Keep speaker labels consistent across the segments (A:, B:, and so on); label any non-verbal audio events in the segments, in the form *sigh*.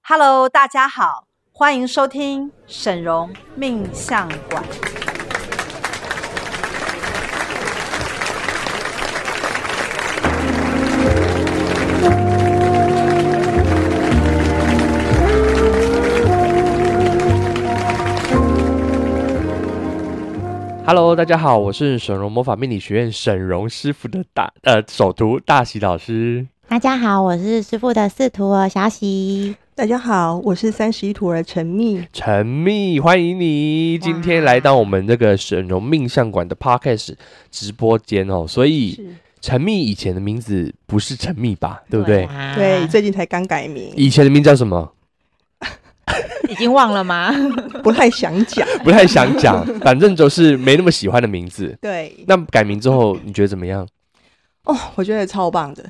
A: Hello，大家好，欢迎收听沈荣命相馆。
B: Hello，大家好，我是沈荣魔法命理学院沈荣师傅的大呃首徒大喜老师。
C: 大家好，我是师傅的四徒儿小喜。
D: 大家好，我是三十一徒儿陈蜜。
B: 陈密，欢迎你今天来到我们这个沈荣命相馆的 Podcast 直播间哦。所以陈密以前的名字不是陈密吧？对不对？
C: 啊
D: 对，最近才刚改名，
B: 以前的名叫什么？
C: 已经忘了
B: *laughs*
C: 吗？ *laughs*
D: 不太想讲。
B: 不太想讲，反正就是没那么喜欢的名字。
D: 对，
B: 那改名之后你觉得怎么样？
D: 哦，我觉得超棒的，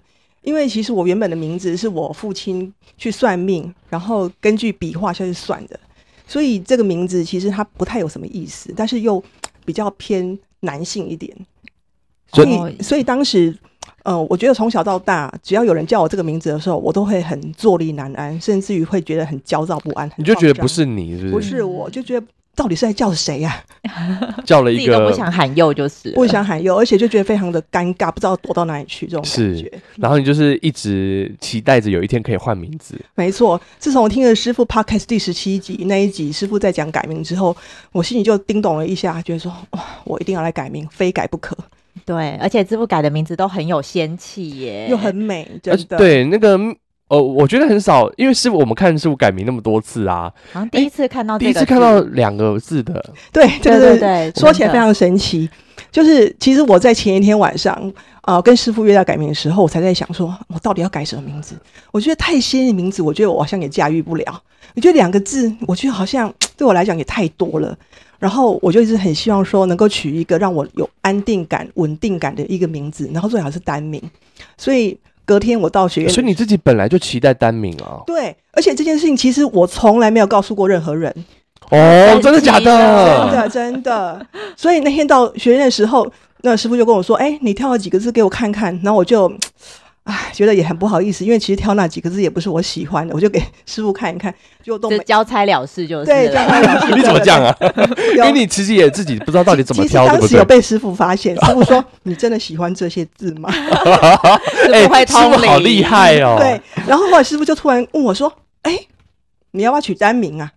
D: 因为其实我原本的名字是我父亲去算命，然后根据笔画下去算的，所以这个名字其实它不太有什么意思，但是又比较偏男性一点。
B: 所
D: 所
B: 以
D: 以，所以当时，呃，我觉得从小到大，只要有人叫我这个名字的时候，我都会很坐立难安，甚至于会觉得很焦躁不安。很
B: 你就觉得
D: 慌张
B: 不是你，是
D: 不
B: 不是？
D: 是我，就觉得到底是在叫谁呀、
B: 叫了
C: 自
B: 一
C: 己都
B: 个
C: 不想喊又就是
B: 啊
C: 了
D: 不想喊又，而且就觉得非常的尴尬，不知道躲到哪里去这种
B: 是
D: 感觉。
B: 然后你就是一直期待着有一天可以换名字，
D: 没错，自从我听了师傅 podcast 第十七集那一集，师傅在讲改名之后，我心里就叮咚了一下，觉得说哇，我一定要来改名，非改不可，
C: 对，而且师傅改的名字都很有仙气耶，
D: 又很美，
B: 而
D: 真
B: 且
D: 的。，
B: 对那个，呃，我觉得很少，因为师傅我们看师傅改名那么多次啊，
C: 好像第一次
D: 哦
C: 看到
B: 第
C: 这个
B: 一
C: 字，
B: 次看到两个字的，
D: 对，
C: 对，
D: 这个
C: 对
D: 是
C: 对对，
D: 说起来
C: 真
D: 非
C: 的
D: 常神奇，就是其实我在前一天晚上，呃，跟师傅约要改名的时候，我才在想说，我到底要改什么名字？我觉得太鲜的名字，我觉得我好像也驾驭不了。我觉得两个字，我觉得好像对我来讲也太多了。然后我就一直很希望说，能够取一个让我有安定感、稳定感的一个名字，然后最好是单名。所以隔天我到学院，
B: 所以你自己本来就期待单名啊？
D: 对，而且这件事情其实我从来没有告诉过任何人。
B: 哦，真的假
D: 啊真
B: 的？
D: 的真的。所以那天到学院的时候，那师傅就跟我说：“哎、你挑了几个字给我看看。”然后我就，唉，觉得也很不好意思，因为其实挑那几个字也不是我喜欢的，我就给师傅看一看，就都没
C: 就交差了事就是
D: 对，这
C: 了
D: 样他老
B: *laughs*
D: 师
B: 你怎么讲啊？因
D: *laughs* 有
B: 为你其实也自己不知道到底怎么
D: 其实
B: 挑，对
D: 当
B: 不
D: 时有
B: 对？
D: 被师傅发现，师傅说：“你真的喜欢这些字吗
C: 师
B: 哎，
C: *laughs* 傅会
B: 师傅
C: 通灵，
B: 好厉，害？”哦！
D: 对，。然后后来师傅就突然问我说：“哎、你要不要取单名啊？”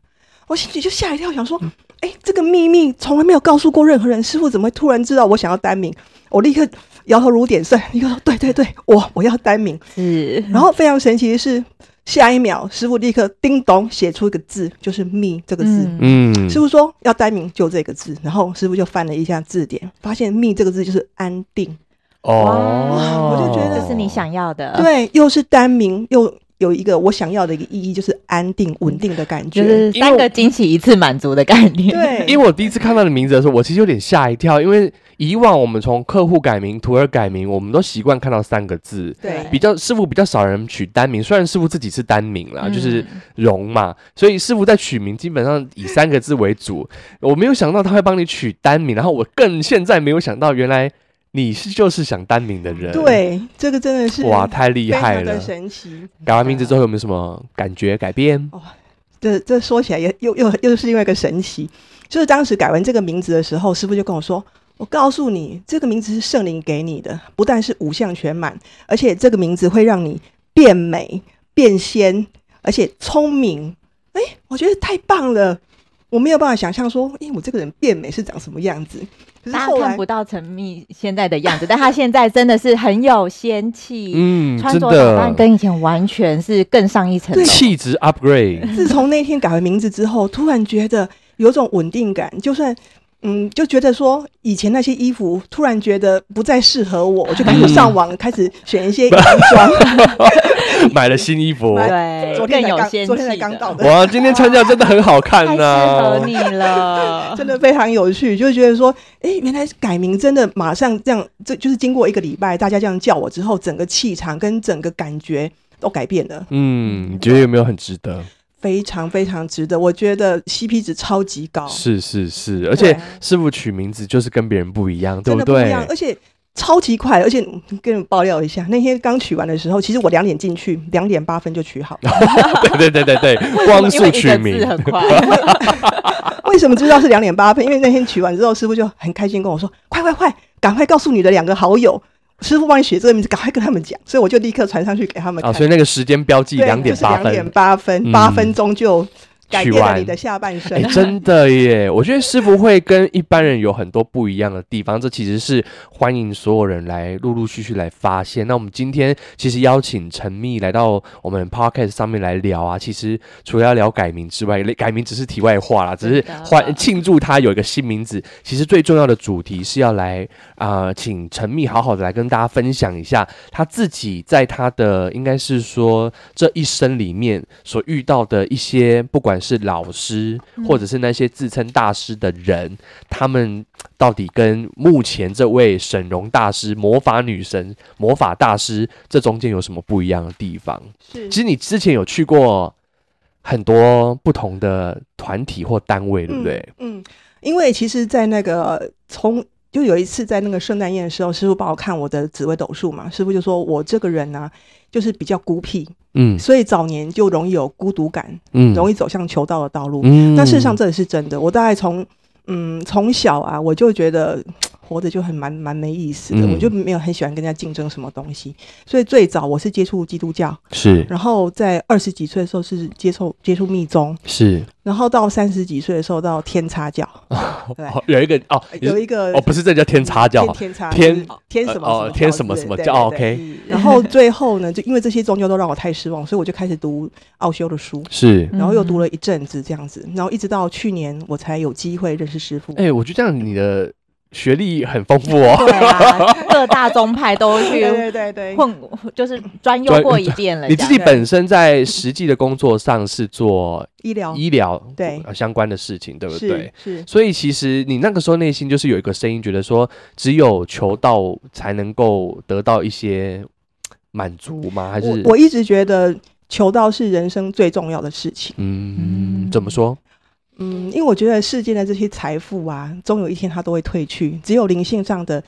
D: 我心里就吓一跳，想说：“哎、这个秘密从来没有告诉过任何人，师傅怎么会突然知道我想要单名？”我立刻摇头如点算，立刻说：“对对对，我我要单名。
C: 是”
D: 然后非常神奇的是，下一秒师傅立刻叮咚写出一个字，就是“密”这个字。
C: 嗯，
B: 嗯，
D: 师傅说要单名就这个字，然后师傅就翻了一下字典，发现“密”这个字就是安定，
B: 哦，
D: 我就觉得
C: 这是你想要的，，
D: 对，又是单名，又有一个我想要的一个意义，就是安定稳定的感觉。
C: 就是
B: 因为
C: 三个惊喜一次满足的概念， *laughs*
D: 对，
B: 因为我第一次看到你名字的时候，我其实有点吓一跳，因为以往我们从客户改名、徒儿改名，我们都习惯看到三个字，
D: 对
B: 比较师傅比较少人取单名，虽然师傅自己是单名啦，
C: 嗯
B: 就是荣嘛，所以师傅在取名基本上以三个字为主。我没有想到他会帮你取单名，然后我更现在没有想到，原来你是就是想单名的人。，
D: 对，这个真的是
B: 哇，太厉害
D: 非常
B: 了
D: 的！神奇。
B: 改完名字之后有没有什么感觉改变？
D: 这这说起来也又又又是另外一个神奇，就是当时改完这个名字的时候，师傅就跟我说：“我告诉你，这个名字是圣灵给你的，不但是五项全满，而且这个名字会让你变美、变仙，而且聪明。”哎，我觉得太棒了。我没有办法想象说，哎，我这个人变美是长什么样子。可是
C: 大
D: 后
C: 家
D: 来
C: 看不到陈密现在的样子，但他现在真的是很有仙气，
B: 嗯，
C: 穿
B: 真
C: 着打扮
B: 的，
C: 跟以前完全是更上一层楼。
B: 气质
D: *laughs*
B: upgrade，
D: 自从那天改完名字
C: *laughs*
D: 之后，突然觉得有种稳定感，就算。嗯，就觉得说以前那些衣服，突然觉得不再适合
C: *laughs*
D: 我，我就开始上网开始选一些洋装。
B: 买了新衣服。
C: 对，
D: 哦昨
C: 更
D: 天才
C: 有
D: 刚，
C: 仙
D: 昨天才
C: 气
D: 刚到
C: 的，
D: 的，
B: 哇，今天参加真的很好看
C: 太适
B: 呐、
C: 合你了，
D: *laughs* 真的非常有趣，就觉得说，哎、原来改名真的马上这样，这就是经过一个礼拜，大家这样叫我之后，整个气场跟整个感觉都改变了，
B: 嗯，你觉得有没有很值得？
D: 非常非常值得。我觉得 CP 值超级高，
B: 是是是，而且
D: 哦对
B: 师傅取名字就是跟别人不一样，对
D: 真
B: 不
D: 的不一
B: 对？
D: 样，而且。超级快，而且嗯跟你们爆料一下，那天刚取完的时候，其实我两点进去，两点八分就取
B: *laughs*
D: 好了。
B: *laughs* 对对对对
C: *laughs*
B: 对，光
C: 因
B: 速
C: 为一
B: 取
C: 个
B: 名
C: 字，很
B: *laughs*
C: 快，
D: 为什么知道是两点八分？因为那天取完之后，师傅就很开心跟我说：“快快快，赶快告诉你的两个好友，师傅帮你写这个名字，赶快跟他们讲。”所以我就立刻传上去给他们看。
B: 啊，所以那个时间标记
D: 对
B: 两点八
D: 就
B: 分
D: 是、2.8分，
B: 嗯
D: 八分钟就改
B: 取
D: 变了
B: 完
D: 你的下半生。
B: 哎、真的耶！我觉得师傅会跟一般人有很多不一样的地方，这其实是欢迎所有人来陆陆续续来发现。那我们今天其实邀请陈密来到我们 podcast 上面来聊啊，其实除了要聊改名之外，改名只是题外话啦，只是
C: 真的
B: 欢庆祝他有一个新名字。其实最重要的主题是要来啊、呃请陈密好好的来跟大家分享一下他自己在他的应该是说这一生里面所遇到的一些，不管是老师
C: 嗯
B: 或者是那些自称大师的人，他们到底跟目前这位沈荣大师、魔法女神、魔法大师这中间有什么不一样的地方？
D: 是
B: 其实你之前有去过很多不同的团体或单位，对不对？
D: 嗯？嗯，因为其实，在那个从就有一次在那个圣诞宴的时候，师傅帮我看我的紫微斗数嘛，师傅就说我这个人呢、就是比较孤僻，
B: 嗯
D: 所以早年就容易有孤独感，
B: 嗯
D: 容
B: 易。
D: 易走向求道的道路。
B: 嗯
D: 那事实上这也是真的。我大概从嗯从小啊，我就觉得活着就很蛮蛮没意思的，
B: 嗯
D: 我就没有很喜欢跟人家竞争什么东西。所以最早我是接触基督教，
B: 是
D: 然后在二十几岁的时候是接触接触密宗，
B: 是
D: 然后到三十几岁的时候到天
B: *laughs*
D: 差教，对呃
B: 哦有一个哦，你
D: 有
B: 是
D: 一个
B: 哦，不是这叫天差教啊
D: 天，天差
B: 天
D: 就是天什么
B: 呃哦
D: 什么
B: 天什么
D: 之类
B: 什么
D: 对
B: 教
D: 对
B: 哦
D: 对
B: OK
D: 嗯然后最后呢，就因为这些宗教都让我太失望，所以我就开始读奥修的书，
B: 是
D: 然后又读了一阵子这样子，然后一直到去年我才有机会认识师傅。
B: 哎、我觉得这样你的学历很丰富哦。
C: 对啊，各大宗派都去
D: *laughs* 对对对对，
C: 混，就是专用过一遍了。
B: 你
C: 这
B: 自
C: 样
B: 己本身在实际的工作上是做
D: 医疗
B: 医疗
D: 对
B: 呃相关的事情，对不对
D: 是？是
B: 所以其实你那个时候内心就是有一个声音，觉得说只有求道才能够得到一些嘖满足吗？还是
D: 我我一直觉得求道是人生最重要的事情。
B: 嗯怎么说？
D: 嗯，因为我觉得世间的这些财富啊，终有一天它都会退去，只有灵性上的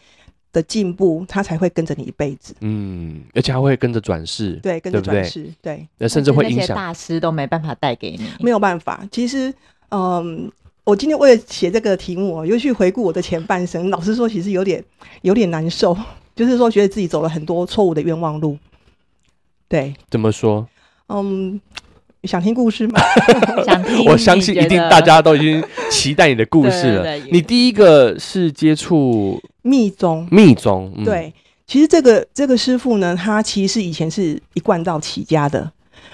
D: 的进步，它才会跟着你一辈子。
B: 嗯，而且还会跟着转世，
D: 对，跟着
B: 对不对
D: 转世，对，
B: 呃甚至会影
C: 那些
B: 响。
C: 大师都没办法带给你。
D: 没有办法。其实，嗯，我今天为了写这个题目，我又去回顾我的前半生。老实说，其实有点有点难受，就是说觉得自己走了很多错误的冤枉路。对，
B: 怎么说？
D: 嗯，想听故事吗？
C: 想听
B: 我相信
C: 你觉
B: 一定
C: 得
B: 大家都已经期待你的故事了。
C: *laughs* 对对对
B: 你第一个是接触
D: 密宗，
B: 密宗，嗯、
D: 对，其实这个这个师傅呢，他其实以前是一贯道起家的。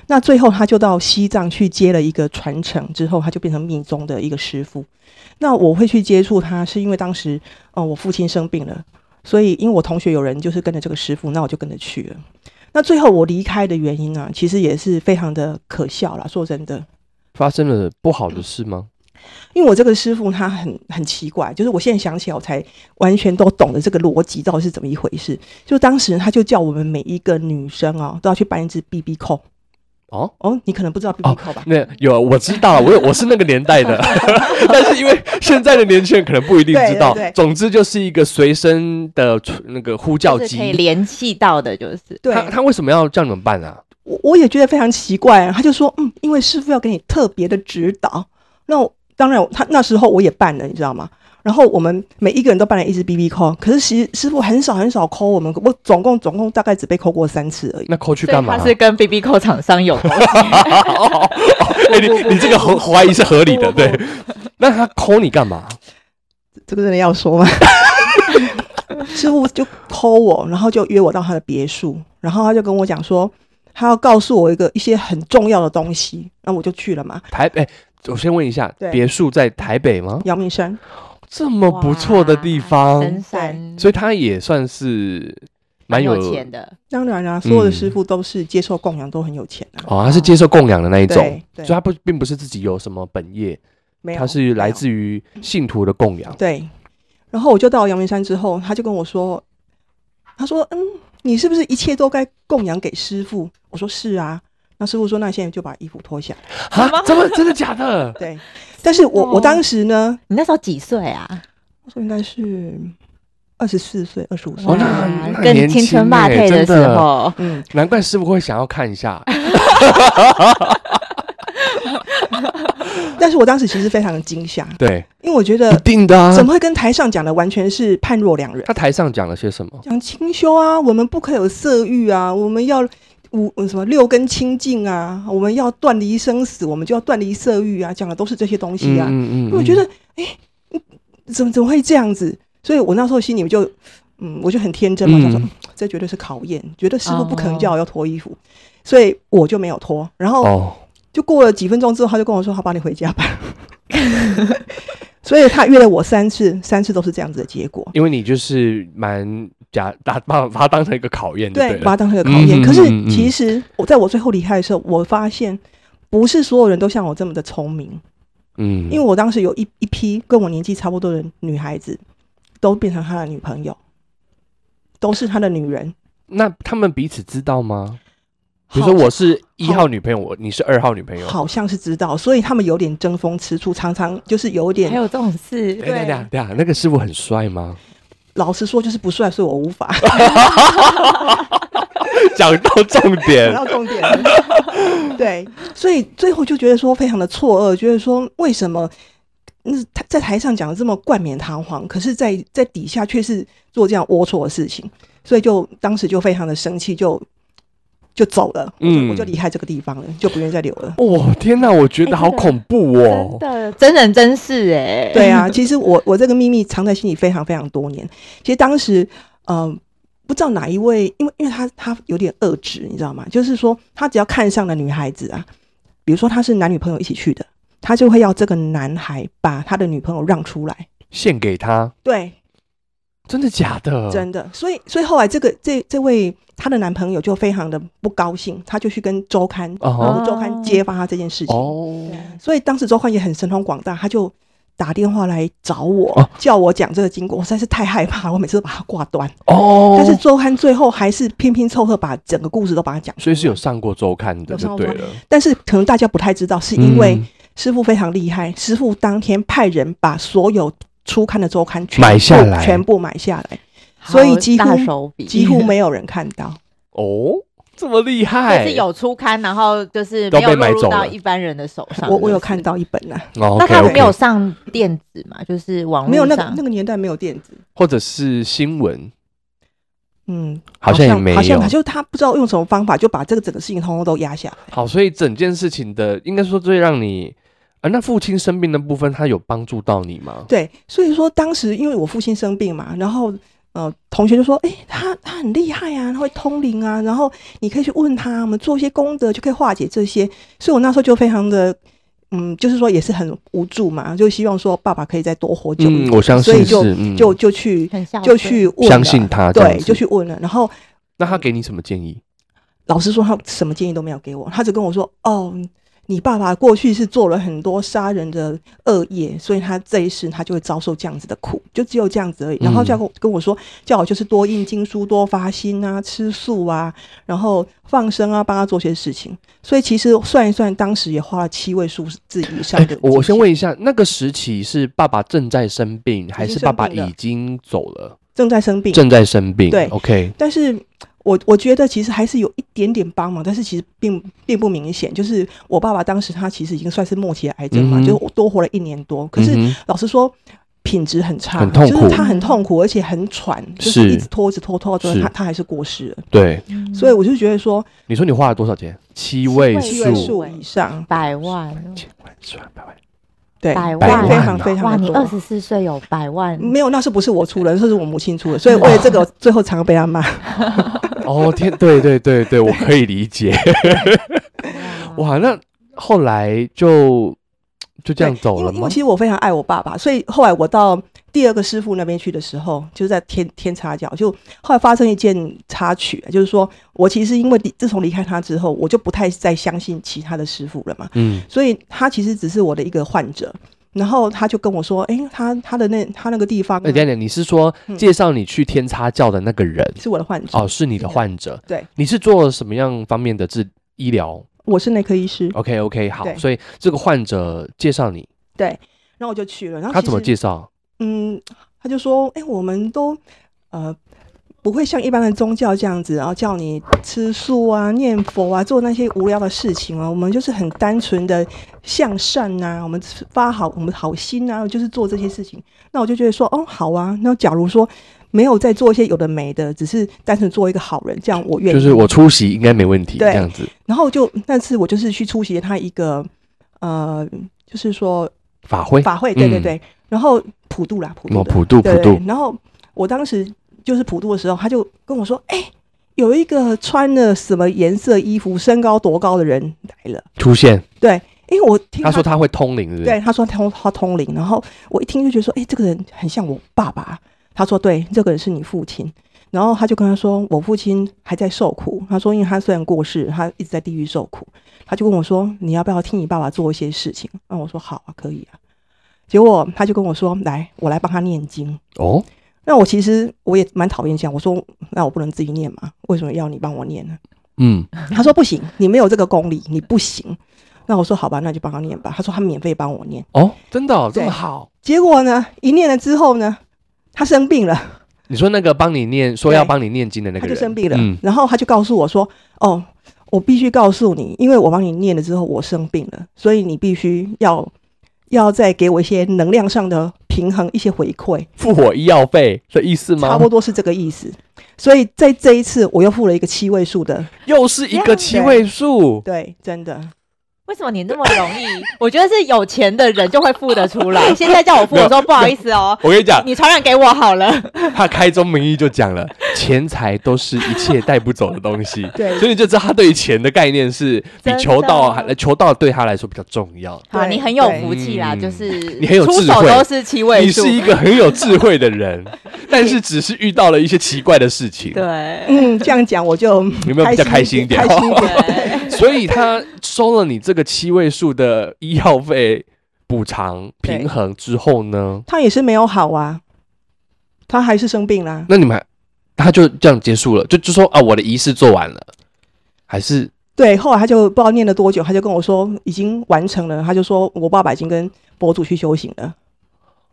D: 那最后，他就到西藏去接了一个传承，之后他就变成密宗的一个师傅。那我会去接触他，是因为当时，呃，我父亲生病了，所以因为我同学有人就是跟着这个师傅，那我就跟着去了。那最后我离开的原因呢、其实也是非常的可笑啦。说真的，
B: 发生了不好的事吗？
D: 因为我这个师傅他很很奇怪，就是我现在想起来，我才完全都懂得这个逻辑到底是怎么一回事。就当时他就叫我们每一个女生啊、都要去办一支 BB 扣。
B: 哦
D: 哦，你可能不知道 BB 扣吧？
B: 那有我知道，我有我是那个年代
C: *laughs*
B: 的，但是因为现在的年轻人可能不一定知道。
D: 对对对
B: 总之就是一个随身的那个呼叫
C: 就是可以
B: 机。
C: 联系到的，就是
D: 对，
B: 他他为什么要叫你们办啊？
D: 我我也觉得非常奇怪、啊。他就说，嗯，因为师傅要给你特别的指导。那我当然我，他那时候我也办了，你知道吗？然后我们每一个人都办了一支 BB 扣，可是其实师傅很少很少扣我们，我总共总共大概只被扣过三次而已。
B: 那扣去
C: 所
B: 干
C: 以
B: 嘛？哦 *laughs*
C: 它是跟 B B 扣厂商有关系。啊
B: 哎、
C: *laughs*
B: 你你这个合怀疑是合理的，对。那他扣你干嘛？
D: 这个真的要说吗？ *laughs* 师傅就 call 我，然后就约我到他的别墅，然后他就跟我讲说，他要告诉我一个一些很重要的东西，那我就去了嘛，
B: 台北、我先问一下，
D: 对
B: 别墅在台北吗？
D: 阳明山。
B: 这么哦不错的地
C: 哇深
B: 方，
C: 山，
B: 所以他也算是蛮
C: 蛮
B: 有
C: 有钱的。
D: 当然啦、所有
B: 嗯
D: 的师傅都是接受供养，都很有钱啊。
B: 哦，他是接受供养的那一种，
D: 对对
B: 所以他不并不是自己有什么本业，
D: 没有，
B: 他是来自
D: 没有
B: 于信徒的供养。
D: 对。然后我就到阳明山之后，他就跟我说，他说，嗯，你是不是一切都该供养给师傅？我说是啊。那师傅说，那现在就把衣服脱下来。
B: 啊，真的真的假
D: *laughs*
B: 的？
D: 对，但是我我当时呢，
C: 你那时候几岁啊？
D: 我说应该是二二十四岁、二十五岁
B: 哦，那
C: 哇
B: 那很
C: 跟
B: 年
C: 青春
B: 轻
C: 霸
B: 欸
C: 退
B: 真
C: 的时候，
D: 嗯，
B: 难怪师傅会想要看一下。
D: 但是我当时其实非常的惊吓， *laughs*
B: 对，
D: 因为我觉
B: 一
D: 得
B: 定的啊。
D: 怎么会跟台上讲的完全是判若两人？
B: 他台上讲了些什么？
D: 讲清修啊，我们不可有色欲啊，我们要五嗯什么六根清净啊，我们要断离生死，我们就要断离色欲啊，讲的都是这些东西啊。
B: 嗯
D: 我觉得，哎、嗯怎么怎么会这样子？所以我那时候心里就，嗯，我就很天真嘛，想说、
B: 嗯
D: 嗯这绝对是考验，觉得师傅不可能
C: 哦
D: 叫我要脱衣服，所以我就没有脱。然后
B: 哦，
D: 就过了几分钟之后，他就跟我说：“好吧，你回家吧。” *laughs* 所以他约了我三次，三次都是这样子的结果。
B: 因为你就是蛮假把把把它当成一个考验就
D: 对，
B: 对
D: 把它
B: 了，
D: 当成一个考验。
B: 嗯
D: 可是
B: 嗯嗯
D: 其实我在我最后离开的时候，我发现不是所有人都像我这么的聪明，
B: 嗯，
D: 因为我当时有一一批跟我年纪差不多的女孩子，都变成他的女朋友，都是他的女人。
B: 那他们彼此知道吗？比如说我是一号女朋友，我你是二号女朋友，
D: 好像是知道，所以他们有点争风吃醋，常常就是有
C: 还
D: 点，
C: 有这种事，
B: 等一下，等一下，等一下，那个师傅很帅吗？ *laughs*
D: 老实说就是不帅，所以我无法。
B: 讲到重
D: 讲 *laughs*
B: 点，
D: 到重点了， *laughs* 对，所以最后就觉得说非常的错愕，觉得说为什么那他在台上讲的这么冠冕堂皇，可是在在底下却是做这样龌龊的事情，所以就当时就非常的生气，就就走了，我就
B: 嗯
D: 我就离开这个地方了，就不愿意再留了。
B: 哦天哪，我觉得好恐怖哦
C: 真。的真人真事哎，*laughs*
D: 对啊，其实我我这个秘密藏在心里非常非常多年。其实当时，嗯、不知道哪一位，因为因为他他有点恶质，你知道吗？就是说，他只要看上了女孩子啊，比如说他是男女朋友一起去的，他就会要这个男孩把他的女朋友让出来。
B: 献给他，
D: 对，
B: 真的假的？
D: 真的。所以所以后来这个这这位她的男朋友就非常的不高兴，他就去跟周刊，
B: 哦
D: 周刊揭发他这件事情。
B: 哦
D: 所以当时周焕也很神通广大，他就打电话来找我，
B: 哦
D: 叫我讲这个经过。我实在是太害怕了，我每次都把它挂断。
B: 哦，
D: 但是周刊最后还是拼拼凑凑把整个故事都把它讲出来。
B: 所以是有上过周刊的，
D: 有
B: 就
D: 上
B: 对
D: 过
B: 了，
D: 但是可能大家不太知道，是因为
B: 嗯
D: 师傅非常厉害，师傅当天派人把所有初刊的周刊全部
B: 买下来
D: 全部买下来，
C: 好
D: 所以几乎
C: 大手笔，
D: 几
B: *laughs*
D: 乎没有人看到。
B: 哦，这么厉害，
C: 就是有初刊，然后就是
B: 哎都
C: 没
B: 被
C: 有
B: 买
C: 落入
B: 走
C: 到
B: 了
C: 一般人的手上。
D: 我我有
C: 就是
D: 看，到一本啊，
B: 哦，
C: 那
B: OK，
C: 他
B: OK
C: 没有上电子嘛？就是网
D: 没有
C: 络
D: 那个
C: 上
D: 那个年代没有电子，
B: 或者是新闻，
D: 嗯，
B: 好像也没有，
D: 好像他就他不知道用什么方法就把这个整个事情通通都压下来。
B: 好，所以整件事情的，应该说最让你啊，那父亲生病的部分，他有帮助到你吗？
D: 对，所以说当时因为我父亲生病嘛，然后呃，同学就说，哎、他他很厉害啊，他会通灵啊，然后你可以去问他，我们做一些功德就可以化解这些。所以我那时候就非常的，嗯，就是说也是很无助嘛，就希望说爸爸可以再多活久一
B: 嗯，
D: 点，
B: 我相
D: 所以
B: 信，
D: 就是
B: 嗯
D: 就就去
C: 很像
D: 就去问了，
B: 相信他这样
D: 对，
B: 子
D: 就去问了，然后。
B: 那他给你什么建议？
D: 老实说，他什么建议都没有给我，他只跟我说：“哦，你爸爸过去是做了很多杀人的恶业，所以他这一世他就会遭受这样子的苦，就只有这样子而已。”
B: 嗯
D: 然后叫我跟我说，叫我就是多印经书、多发心啊、吃素啊，然后放生啊，帮他做些事情。所以其实算一算，当时也花了七位数字以上的。
B: 哎我先，问一下，那个时期是爸爸正在生病，还是
D: 生
B: 爸爸
D: 病了
B: 已经走了？
D: 正在生病，
B: 正在生病，
D: 对
B: ，OK，
D: 但是我我觉得其实还是有一点点帮忙，但是其实并并不明显。就是我爸爸当时他其实已经算是末期的癌症嘛，
B: 嗯哼
D: 就多活了一年多。可是
B: 嗯哼
D: 老实说，品质很差，
B: 很痛苦
D: 就是他很痛苦，而且很喘，就是
B: 是
D: 一直拖着拖拖到最
B: 是
D: 后，他他还是过世了。
B: 对，
C: 嗯
D: 所以我就觉得说，
B: 你说你花了多少钱？七位
C: 七
D: 七
B: 数
D: 位
C: 位，
D: 数以上，
C: 百万哦，
B: 千万、十万、百万，
D: 对，
C: 百
D: 非
C: 万
D: 非常非
C: 哇！
D: 常的
C: 你二
D: 多。
C: 十四岁有百万，
D: 没有，那是不是我
C: *laughs*
D: 出的？这是我母亲出的，所以为了这个，我最后常被他骂。
B: 哦天，对对对对，我可以理 *laughs* 解。哇，那后来就就这样走了
D: 因为因为
B: 吗
D: 其？实我非常爱我爸爸，所以后来我到第二个师傅那边去的时候，就是在天天插脚，就后来发生一件插曲，就是说我其实因为离自从离开他之后，我就不太再相信其他的师傅了嘛，
B: 嗯，
D: 所以他其实只是我的一个患者。然后他就跟我说：“诶，他他的那他那个地方啊、
B: 哎，等一下，你是说
D: 嗯
B: 介绍你去天差教的那个人、
D: 是我的患者，
B: 哦，是你的患者？
D: 对，
B: 你是做什么样方面的治医疗
D: 我是内科医师。
B: ？OK OK，好，
D: 对
B: 所以这个患者介绍你，
D: 然后我就去了，然后
B: 他
D: 其
B: 怎么
D: 实
B: 介绍？
D: 嗯，他就说，哎、我们都呃，不会像一般的宗教这样子，然后叫你吃素啊、念佛啊，做那些无聊的事情啊。我们就是很单纯的向善呐、我们发好我们好心啊，就是做这些事情。那我就觉得说，哦，好啊。那假如说没有在做一些有的没的，只是单纯做一个好人，这样我愿意。
B: 就是我出席应该没问题，这
D: 对
B: 样子
D: 然后就那次我就是去出席他一个呃，就是说
B: 法会
D: 法会，对对
B: 嗯
D: 对，然后普渡啦，普渡
B: 哦，
D: 的，
B: 普渡普
D: 对
B: 渡，
D: 然后我当时就是普渡的时候，他就跟我说：“哎、有一个穿了什么颜色衣服、身高多高的人来了。
B: 出现，”
D: 对，因为我听
B: 他说他会通灵，是不是？
D: 对他说他通他通灵，然后我一听就觉得说：“哎、这个人很像我爸爸。”他说：“对，这个人是你父亲。”然后他就跟他说：“我父亲还在受苦。”他说：“因为他虽然过世，他一直在地狱受苦。”他就跟我说：“你要不要替你爸爸做一些事情？”那我说：“好啊，可以啊。”结果他就跟我说：“来，我来帮他念经。”
B: 哦，
D: 那我其实我也蛮讨厌这样，我说那我不能自己念嘛，为什么要你帮我念呢？
B: 嗯，
D: 他说不行，你没有这个功力，你不行。那我说好吧，那就帮他念吧。他说他免费帮我念，
B: 哦，真的哦这
D: 对
B: 么好。
D: 结果呢，一念了之后呢，他生病了，
B: 你说那个帮你念，说要
D: 对
B: 帮你念经的那
D: 他
B: 个
D: 就
B: 人，
D: 生病了。
B: 嗯，
D: 然后他就告诉我说，哦，我必须告诉你，因为我帮你念了之后我生病了，所以你必须要要再给我一些能量上的平衡，一些回馈。
B: 付我医药费的意思吗？
D: 差不多是这个意思，所以在这一次我又付了一个七位数的，
B: 又是一个七位数，
D: 对，真的。，
C: 为什么你那么容易？ *laughs* 我觉得是有钱的人就会付得出来。现在叫我付，
B: 没有
C: 我说不好意思哦，
B: 我跟你讲，
C: 你传染给我好了。
B: 他开宗明义就讲了， *laughs* 钱财都是一切带不走的东西
D: *laughs* 对
B: 所以你就知道他对于钱的概念是比
C: 真的
B: 求道还求道对他来说比较重要。
C: 好，
D: 对
C: 你很有
D: 对
C: 福气啦，
B: 嗯
C: 就是
B: 你很有
C: 出
B: 智
C: 手
B: 慧
C: 都是七位
B: 你
C: 数
B: 是，一个很有智慧的
D: *laughs*
B: 人，但是只是遇到了一些奇怪的事情， *laughs*
C: 对
D: 嗯，这样讲我就
B: 有没有比较开心一点哦
D: 开心一点。
C: 对。
B: *laughs* 所以他收了你这个七位数的医药费补偿
D: 对
B: 平衡之后呢？
D: 他也是没有好啊，他还是生病啦。
B: 那你们还他就这样结束了，就就说啊，我的仪式做完了，还是
D: 对，后来他就不知道念了多久，他就跟我说已经完成了，他就说我爸爸已经跟博主去修行了。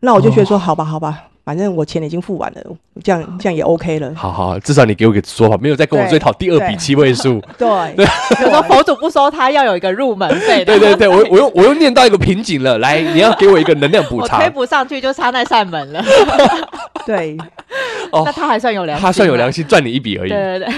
D: 那我就觉得说、好吧，好吧，反正我钱已经付完了，这样这样也 OK
B: *laughs*
D: 了。
B: 好好，至少你给我个说法，没有再跟我
D: 对
B: 追讨第二笔
D: 对
B: 七位数。
D: 对，
C: 比如说佛祖不收他，要有一个入门
B: *laughs*
C: 费。
B: 对对对，我我又我又念到一个瓶颈了，来，你要给我一个能量补
C: 我
B: 偿
C: 推。不上去，就差那扇门了。
D: 对，
B: 哦
C: *laughs* 那他还算有良心，
B: 他算有良。心，赚你一笔而已。
C: 对对对，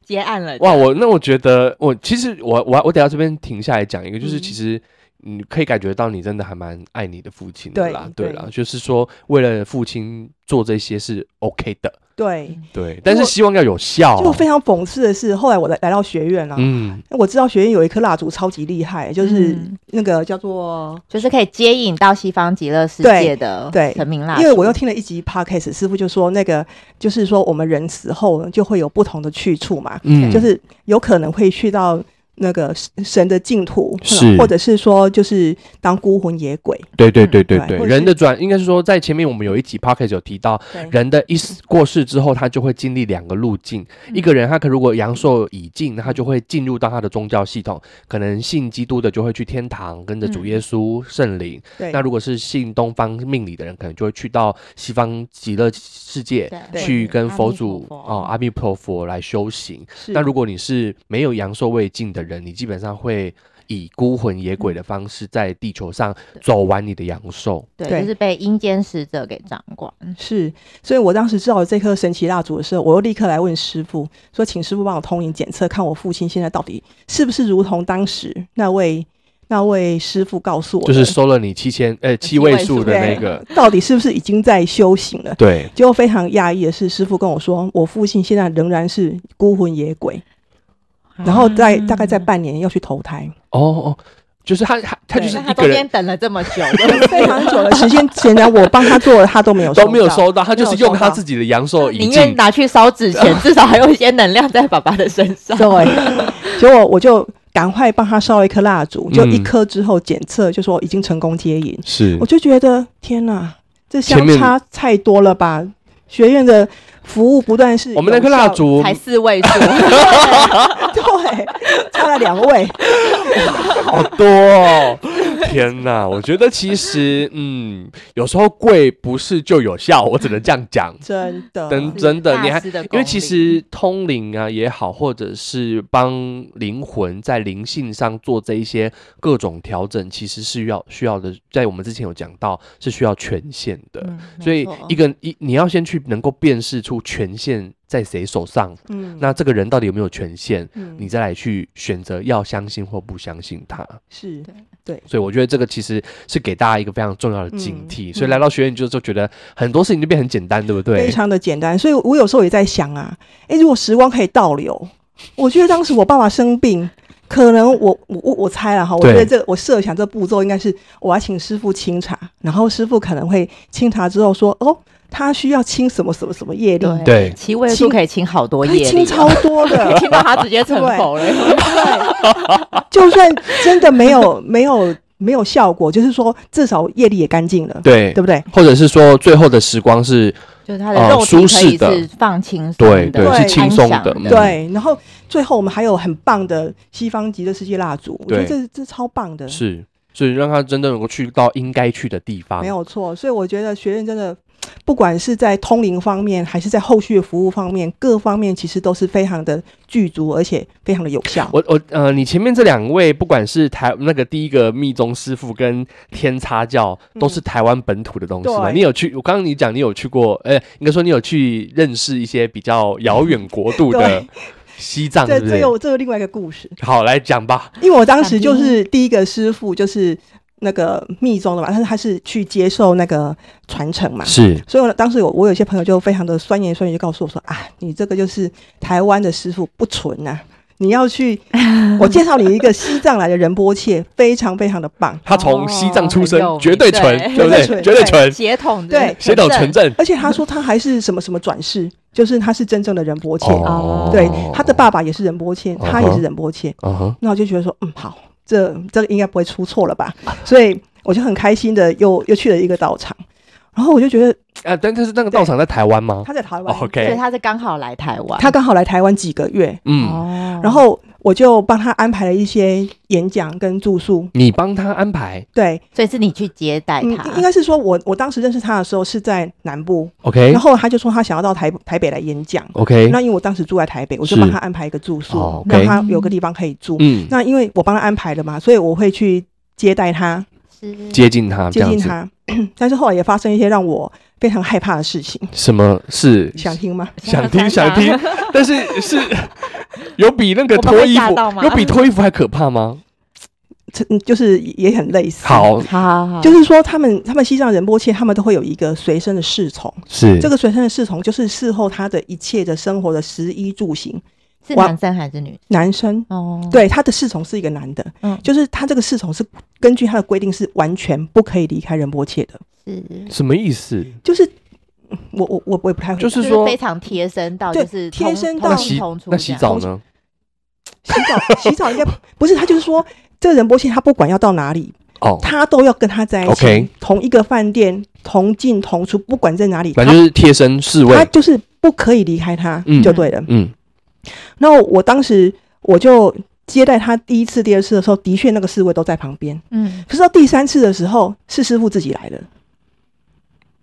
C: *laughs* 结案了。
B: 哇，我那我觉得我其实我我我等下这边停下来讲一个，就是
C: 嗯
B: 其实。你可以感觉到你真的还蛮爱你的父亲的
D: 对
B: 啦，对
D: 对
B: 啦，就是说为了父亲做这些是 OK 的，
D: 对，
B: 对，但是希望要有效、
D: 就非常讽刺的是，后来我来来到学院了、
B: 哦嗯，
D: 我知道学院有一颗蜡烛超级厉害，就是
C: 嗯
D: 那个叫做
C: 就是可以接引到西方极乐世界的
D: 对对
C: 神明啦，
D: 因为我又听了一集 podcast，师傅就说那个就是说我们人死后呢就会有不同的去处嘛，
B: 嗯
D: 就是有可能会去到那个神神的净土，
B: 是
D: 或者是说就是当孤魂野鬼，
B: 对对
C: 嗯
B: 对对
D: 对
B: 对，
D: 或者
B: 人
D: 是
B: 的转应该是说，在前面我们有一集 p o c k e t 有提到，
D: 对
B: 人的一死过世之后，他就会经历两个路径。
D: 嗯
B: 一个人他可如果阳寿已尽，那他就会进入到他的宗教系统，可能信基督的就会去天堂，跟着
D: 嗯
B: 主耶稣、圣灵；
D: 对
B: 那如果是信东方命理的人，可能就会去到西方极乐世界
C: 对
B: 去跟佛祖
C: 阿弥陀佛
B: 哦阿弥陀佛来修行。
D: 是
B: 那如果你是没有阳寿未尽的人，你基本上会以孤魂野鬼的方式在地球上走完你的阳寿。
C: 对，
D: 对
C: 就是被阴间使者给掌管。
D: 是，所以我当时知道有这颗神奇蜡烛的时候，我又立刻来问师傅说，请师傅帮我通灵检测，看我父亲现在到底是不是如同当时那位那位师傅告诉我
B: 就
D: 的，
B: 是收了你七千呃七
C: 七
B: 位
C: 位
B: 数
C: 数
B: 的那
D: 对
B: 个，
D: 到底是不是已经在修行了。
B: 对，
D: 结果非常讶异的是，师傅跟我说，我父亲现在仍然是孤魂野鬼，然后在
B: 嗯
D: 大概在半年要去投胎，
B: 哦哦，就是他他他
D: 对
B: 就是
C: 那他
B: 一个
C: 中
B: 人
C: 间等了这么
B: *laughs*
C: 久，
D: 非常久的时间。显然我帮他做了，他都没
B: *laughs*
D: 有
B: 都没有
D: 到。
B: 收到，他就是
D: 没有
B: 用
D: 收
B: 他
D: 到
B: 自己的阳寿已
C: 宁愿
B: 尽。
C: 拿去烧
B: *laughs*
C: 纸钱，至少还有一些能量在爸爸的身上。
D: 对，结果我就赶快帮他烧了一颗蜡烛，就一
B: 嗯
D: 颗之后检测，就说已经成功接引。
B: 是
D: 我就觉得天哪，这相
B: 前面
D: 差太多了吧！学院的服务不但是
B: 我们那颗蜡
D: 有效， *laughs*
B: 烛
C: 才四位数，
D: 对，差了两位，。
B: 好多哦，天哪！我觉得其实，嗯，有时候贵不是就有效，我只能这样讲
C: *laughs*
D: 真的，
B: 真
C: 是
B: 真的，
C: 大
B: 你还
C: 师的
B: 因为
C: 功
B: 其
C: 力
B: 实通灵啊也好，或者是帮灵魂在灵性上做这一些各种调整，其实是要需要的，在我们之前有讲到是需要权限的。
C: 嗯
B: 所以
D: 错
B: 一个一你要先去能够辨识出权限在谁手上，
D: 嗯
B: 那这个人到底有没有权限，
D: 嗯
B: 你再来去选择要相信或不相信他。
D: 是
C: 对
B: 所以我觉得这个其实是给大家一个非常重要的警
D: 嗯
B: 惕。所以来到学院就就觉得很多事情就变很简单，对不对
D: 非？常的简单，所以我有时候也在想啊，诶，如果时光可以倒流，我觉得当时我爸爸生病，可能我我我我猜了哈，我
B: 对
D: 觉得这我设想这步骤应该是我要请师傅清查，然后师傅可能会清查之后说，哦，他需要清什么什么什么业力，
B: *laughs* 对
C: 七位数可以清好多
D: 可
C: 夜
D: 以
C: 里哦，
D: 清超多
C: *laughs*
D: 的，
C: 清到他直接成佛了。
D: 就算真的没有没有没有效果，就是说至少业力也干净了，
B: 对
D: 对不对？
B: 或者是说最后的时光是
C: 就是他的
B: 哦
C: 肉体
B: 舒
C: 可
B: 适
C: 以
B: 的
C: 是放轻松
B: 对
C: 的，
B: 对
D: 是
C: 安
B: 轻松
C: 详
B: 的
C: 的，
B: 嗯
D: 对，然后最后我们还有很棒的西方极乐世界蜡烛，我觉得
B: 对
D: 这这超棒的，
B: 是，所以让他真的能够去到应该去的地方
D: 没。有错，所以我觉得学院真的，不管是在通灵方面，还是在后续的服务方面，各方面其实都是非常的具足，而且非常的有效。
B: 我我呃，你前面这两位，不管是台那个第一个密宗师傅跟天差教，都是台湾本土的东西嘛。
D: 嗯对
B: 你有去？我刚刚你讲你有去过，呃，应该说你有去认识一些比较遥远国度的
D: *laughs* 对
B: 西藏，
D: 这
B: 对不
D: 这
B: 对？
D: 又这又另外一个故事，
B: 好，来讲吧。
D: 因为我当时就是第一个师傅就是那个密宗的嘛，但是他是去接受那个传承嘛，
B: 是
D: 所以我当时有我有些朋友就非常的酸言酸语，就告诉我说啊，你这个就是台湾的师傅不纯呐、你要去，我介绍你一个西藏来的仁波切，非常非常的棒。
B: 他从西藏出
C: 哦很
B: 生，
C: 有
B: 绝对
C: 名
B: 纯，
C: 对
B: 对不对？
D: 对
B: 绝对纯，
C: 血统
D: 对
C: 的
B: 血统纯正。
D: 而且他说他还是什么什么转世， *laughs* 就是他是真正的仁波切，
C: 哦
D: 对，他的，爸爸也是仁波切，他也是仁波切。
B: 嗯哼，
D: 那我就觉得说，嗯，好，这这个应该不会出错了吧？所以我就很开心的又又去了一个道场，然后我就觉得
B: 啊，但但是那个道场在台湾吗
D: 他在台湾，
C: 所以
B: 哦？OK，
C: 他是刚好来台湾，
D: 他刚好来台湾几个月，
B: 嗯，
C: 哦
D: 然后我就帮他安排了一些演讲跟住宿。
B: 你帮他安排
D: 对，
C: 所以是你去接待
D: 嗯，
C: 他，
D: 应该是说我我当时认识他的时候是在南部，
B: ，OK
D: 然后他就说他想要到台台北来演讲。
B: OK，
D: 那因为我当时住在台北，我就是帮他安排一个住宿，
B: 哦，OK
D: 让他有个地方可以住。
B: 嗯，
D: 那因为我帮他安排了嘛，所以我会去接待他、
C: 是
B: 接近他，嗯这
D: 接
B: 样
D: 近
B: 子，
D: 他。 *clears throat* 但是后来也发生一些让我非常害怕的事情，
B: 什么是
D: 想听吗？
B: 想听想听，但是是有比那个
C: 我们
B: 脱
C: 会
B: 衣
C: 吓
B: 服
C: 到吗
B: 有比脱衣服还可怕吗？
D: 这嗯就是也很类似。，
B: 好，
C: 好好好，
D: 就是说他们他们西藏仁波切他们都会有一个随身的侍从，
B: 是
D: 这个随身的侍从就是事后他的一切的生活的食衣住行，
C: 是
D: 哇
C: 男生还是女
D: 男生。
C: 生？哦，，
D: 对，他的侍从是一个男的，
C: 嗯
D: 就是他这个侍从是根据他的规定是完全不可以离开仁波切的，
C: 是
B: 什么意思？
D: 就是嗯我我我我也不太会
B: 就
D: 讲
B: 是说
C: 非常贴身到，
D: 对
C: 就是
D: 贴
C: 同
D: 身
C: 同
D: 到
B: 那
C: 进
B: 洗
C: 同出
B: 那
C: 这
B: 洗
C: 样
B: 澡呢？
D: 洗澡，洗澡应该不是他，就是说这个仁波切他不管要到哪里，
B: 哦，
D: 他都要跟他在一起
B: OK
D: 同一个饭店，同进同出，不管在哪里，
B: 那
D: 他
B: 就是贴身侍
D: 他
B: 卫，
D: 就是不可以离开他，
B: 嗯
D: 就对了。
B: 嗯，，
D: 然后我当时我就接待他第一次、第二次的时候，的确那个侍卫都在旁边，
C: 嗯，
D: 可是到第三次的时候，是师傅自己来的。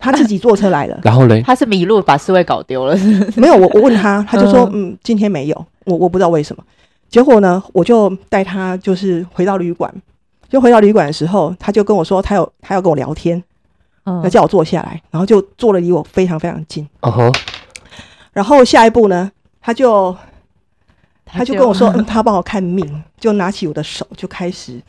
D: 他自己坐车来了
B: 然后嘞，
C: 他是迷路把侍卫搞
D: *laughs*
C: 丢了，是不是
D: 没有我，我问他，他就说，
C: 嗯
D: 嗯，今天没有，我我不知道为什么。结果呢，我就带他就是回到旅馆，就回到旅馆的时候，他就跟我说，他有他要跟我聊天，
C: 嗯
D: 那叫我坐下来，然后就坐了离我非常非常近。
B: 嗯哼，
D: 然后下一步呢，他就他就跟 *laughs* 我说，嗯，他帮我看命，就拿起我的手就开始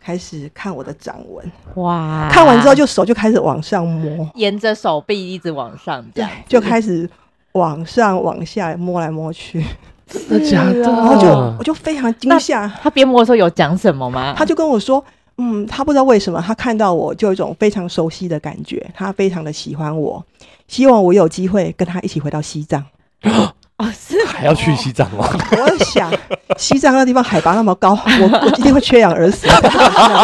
D: 开始看我的掌纹，
C: *laughs* 哇，
D: 看完之后就手就开始往上摸，
C: 沿着手臂一直往上，这
D: 对
C: 样，
D: 就开始往上往下摸来摸去，
B: 真的假的？
D: 然后就我就非常惊吓，
C: 他边摸的时候有讲什么吗？
D: 他就跟我说。嗯，他不知道为什么，他看到我就有一种非常熟悉的感觉，他非常的喜欢我，希望我有机会跟他一起回到西藏。
C: 哦是哦
B: 还要去西藏 *laughs* 吗？
D: 我在想，西藏那地方海拔那么高，我我一定会缺氧而死。 *laughs* 那地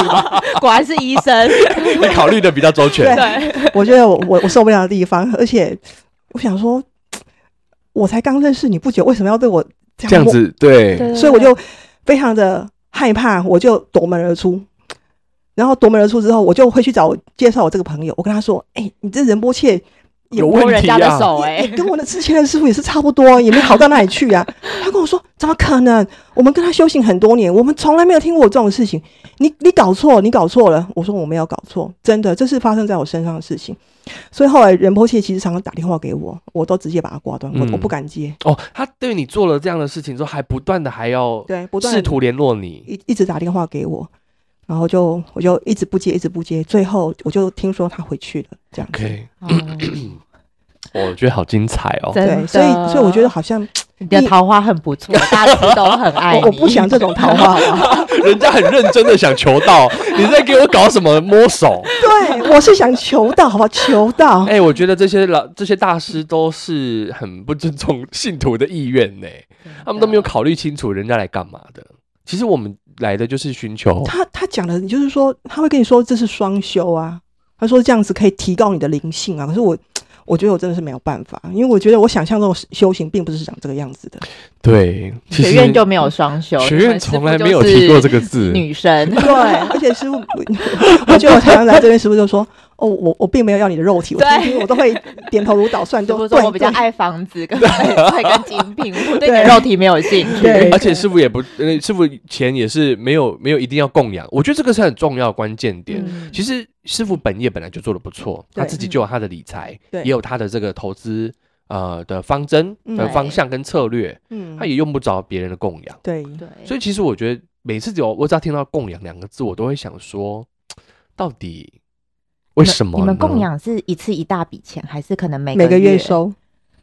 D: 方
C: *laughs* 果然是医生，
B: 你考虑的比较周全
D: 对。
C: 对，
D: 我觉得我我我受不了的地方，而且我想说，我才刚认识你不久，为什么要对我这
B: 这样
D: 摸？
B: 子，对，
D: 所以我就非常的害怕，我就夺门而出。然后夺门而出之后，我就会去找我介绍我这个朋友，我跟他说：“哎、你这仁波切
B: 有
C: 握
B: 问
C: 人
B: 题
C: 家的
B: 啊！
C: 手哎、
D: 也跟我的之前的师傅也是差不多，也没好到哪里去啊。他跟我说：“怎么可能？我们跟他修行很多年，我们从来没有听过这种事情。你你搞错，你搞错了。”我说：“我没有搞错，真的，这是发生在我身上的事情。”所以后来仁波切其实常常打电话给我，我都直接把他挂断，我、
B: 嗯
D: 我不敢接，
B: 哦，他对你做了这样的事情之后，还不断的还要
D: 对，不断
B: 试
D: 地
B: 图联络你，
D: 一一直打电话给我，然后就我就一直不接，一直不接，最后我就听说他回去了，这样子。
B: OK，
C: 哦
B: 我觉得好精彩哦。
C: 真
D: 对，
C: 的，
D: 所以所以我觉得好像
C: 你的桃花很不错，大家都很爱
D: 我
C: 你。
D: 我不想这种桃花了。
B: 人家很认真的想求道， *laughs* 你在给我搞什么摸手？
D: 对，我是想求道，好
C: *laughs*
D: 吧，求道。
B: 哎、我觉得这些老这些大师都是很不尊重信徒的意愿呢，他们都没有考虑清楚人家来干嘛的。其实我们来的就是寻求，
D: 他他讲的，就是说他会跟你说这是双修啊，他说这样子可以提高你的灵性啊。可是我，我觉得我真的是没有办法，因为我觉得我想象中的修行并不是长这个样子的。
B: 对，其
C: 学
B: 实
C: 院就没有双修，
B: 学院从来没有提过这个字，
C: 女神。
D: 对， *laughs* 而且师傅，我觉得我常常来这边，师傅就说：“哦，我我并没有要你的肉体，我
C: 对
D: 听听我都会点头如捣
C: *laughs*
D: 蒜，
C: 就
D: 都
C: 是
D: 对
C: 说我比较
D: 对
C: 爱房子跟翡翠跟精品，我对你的
D: 对
C: 肉体没有兴趣。
D: 对
B: 而且师傅也不，呃，师傅钱也是没有没有一定要供养，我觉得这个是很重要的关键点。
C: 嗯
B: 其实师傅本业本来就做的不错，
D: 对
B: 他自己就有他的理财，
D: 对
B: 也有他的这个投资呃的方针、
D: 嗯
B: 的方向跟策略，
D: 嗯
B: 他也用不着别人的供养。
D: 对
C: 对，
B: 所以其实我觉得每次有我只要听到供养两个字，我都会想说，到底为什么
C: 你们
B: 呢
C: 供？养是一次一大笔钱，还是可能每
D: 每
C: 个
D: 个月？收，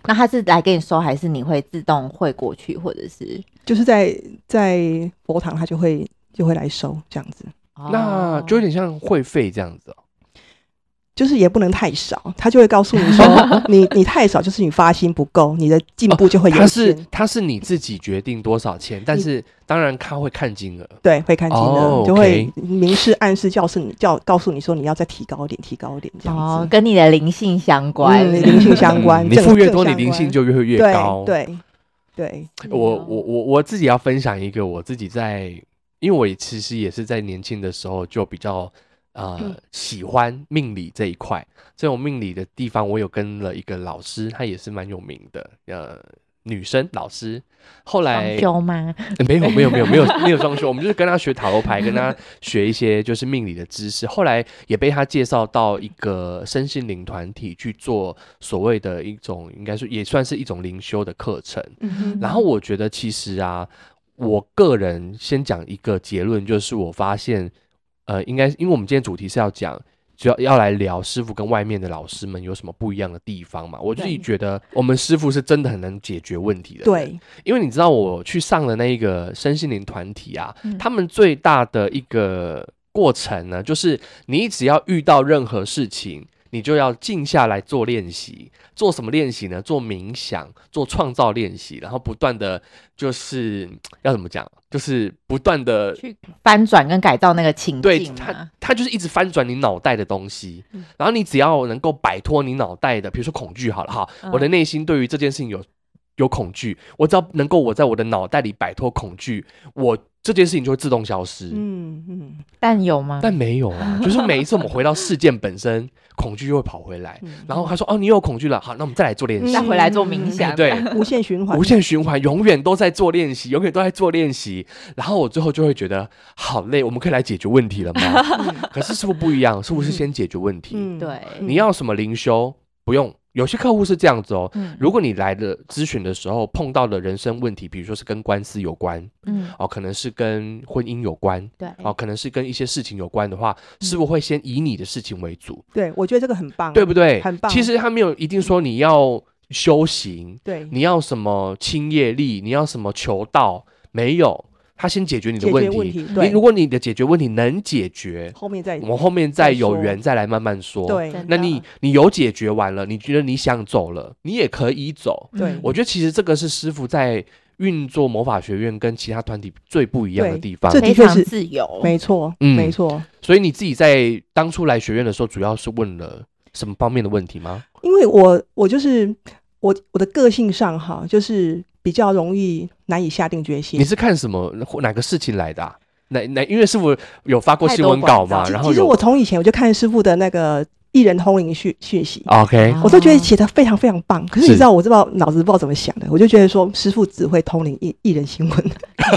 C: 那他是来给你收，还是你会自动汇过去，或者是？
D: 就是在在佛堂他就会就会来收这样子。”
B: 那
C: 哦
B: 就有点像会费这样子哦。
D: 就是也不能太少，他就会告诉你
B: *laughs*
D: 说，你你太少就是你发心不够，你的进步就会
B: 哦他
D: 有
B: 是
D: 限。
B: 他是你自己决定多少钱，但是当然他会看金额。
D: 对，会看清的，
B: 哦
D: 就
B: OK
D: 会明示暗示教示你，教告诉你说你要再提高一点，提高一点这样子。
C: 哦，跟你的灵性相关。
D: 嗯，灵性相
B: *laughs*
D: 关，
B: 嗯你
D: 正
B: 付越多，
D: 正
B: 你
D: 相
B: 灵性
D: 关
B: 就越越高。
D: 对对对，
B: 我我我我自己要分享一个我自己在，因为我也其实也是在年轻的时候就比较呃、
D: 嗯
B: 喜欢命理这一块，这种命理的地方，我有跟了一个老师，她也是蛮有名的，呃，女生老师。后来
C: 双修吗？
B: 欸没有没有没有没有没有装修，我们就是跟他学塔罗牌，跟他学一些就是命理的知识。后来也被他介绍到一个身心灵团体去做所谓的一种，应该说也算是一种灵修的课程。
D: 嗯
B: 然后我觉得其实啊，我个人先讲一个结论，就是我发现，呃，应该因为我们今天主题是要讲。主要要来聊师傅跟外面的老师们有什么不一样的地方嘛？我自己
D: 对
B: 觉得我们师傅是真的很能解决问题的。
D: 对，
B: 因为你知道我去上的那一个身心灵团体啊，
C: 嗯
B: 他们最大的一个过程呢，就是你只要遇到任何事情，你就要静下来做练习。做什么练习呢？做冥想，做创造练习，然后不断的就是要怎么讲，就是不断的
C: 去翻转跟改造那个情
B: 对
C: 境
B: 它
C: 嘛。，
B: 它就是一直翻转你脑袋的东西，
C: 嗯
B: 然后你只要能够摆脱你脑袋的，比如说恐惧好了哈，
C: 嗯
B: 我的内心对于这件事情有有恐惧，我只要能够我在我的脑袋里摆脱恐惧，我这件事情就会自动消失。
D: 嗯嗯
C: 但有吗？
B: 但没有
C: *laughs*
B: 啊，就是每一次我们回到事件本身，恐惧又会跑回来。
D: 嗯，
B: 然后他说：“哦，你有恐惧了，好，那我们再来做练习。
C: 再回来做冥
D: 嗯
C: 想。
B: 对，
D: 无限循环，
B: 无限循环，永远都在做练习，永远都在做练习。然后我最后就会觉得好累，我们可以来解决问题了吗？可是师傅不一样，师傅是先解决问题。
D: 嗯
C: 对
B: 你要什么灵修不用，有些客户是这样子哦。
C: 嗯
B: 如果你来的咨询的时候碰到的人生问题，比如说是跟官司有关
C: 嗯，
B: 哦，可能是跟婚姻有关
C: 对。
B: 哦，可能是跟一些事情有关的话，
D: 嗯
B: 师傅会先以你的事情为主，
D: 对，我觉得这个很棒，啊
B: 对不对？
D: 很棒
B: 其实他没有一定说你要修行，
D: 对，
B: 你要什么清业力，你要什么求道，没有，他先解决你的问
D: 解决问题
B: 你
D: 对
B: 如果你的解决问题能解决，
D: 后面再
B: 我们后面再有
D: 再
B: 缘
D: 说
B: 再来慢慢说。，
D: 对
C: 真的
B: 那你你有解决完了，你觉得你想走了，你也可以走。
C: 嗯
D: 对
B: 我觉得其实这个是师傅在运作魔法学院跟其他团体最不一样的
D: 对
B: 地方
D: 这。
C: 非
D: 的确
C: 常
D: 是
C: 自由。
D: 没错，
B: 嗯
D: 没错。
B: 所以你自己在当初来学院的时候，主要是问了什么方面的问题吗？
D: 因为我我就是我我的个性上哈，就是比较容易难以下定决心
B: 你。是看什么哪个事情来的啊、那那因为师傅有发过新闻稿嘛，
C: 太多广告
B: 然后
D: 其实
B: 有
D: 我从以前我就看师傅的那个艺人通灵讯讯息，
B: OK
C: 啊
D: 我都觉得写的非常非常棒。可是你
B: 哦是
D: 知道，我这不知道脑子不知道怎么想的，我就觉得说师傅只会通灵艺艺人新闻。 *laughs*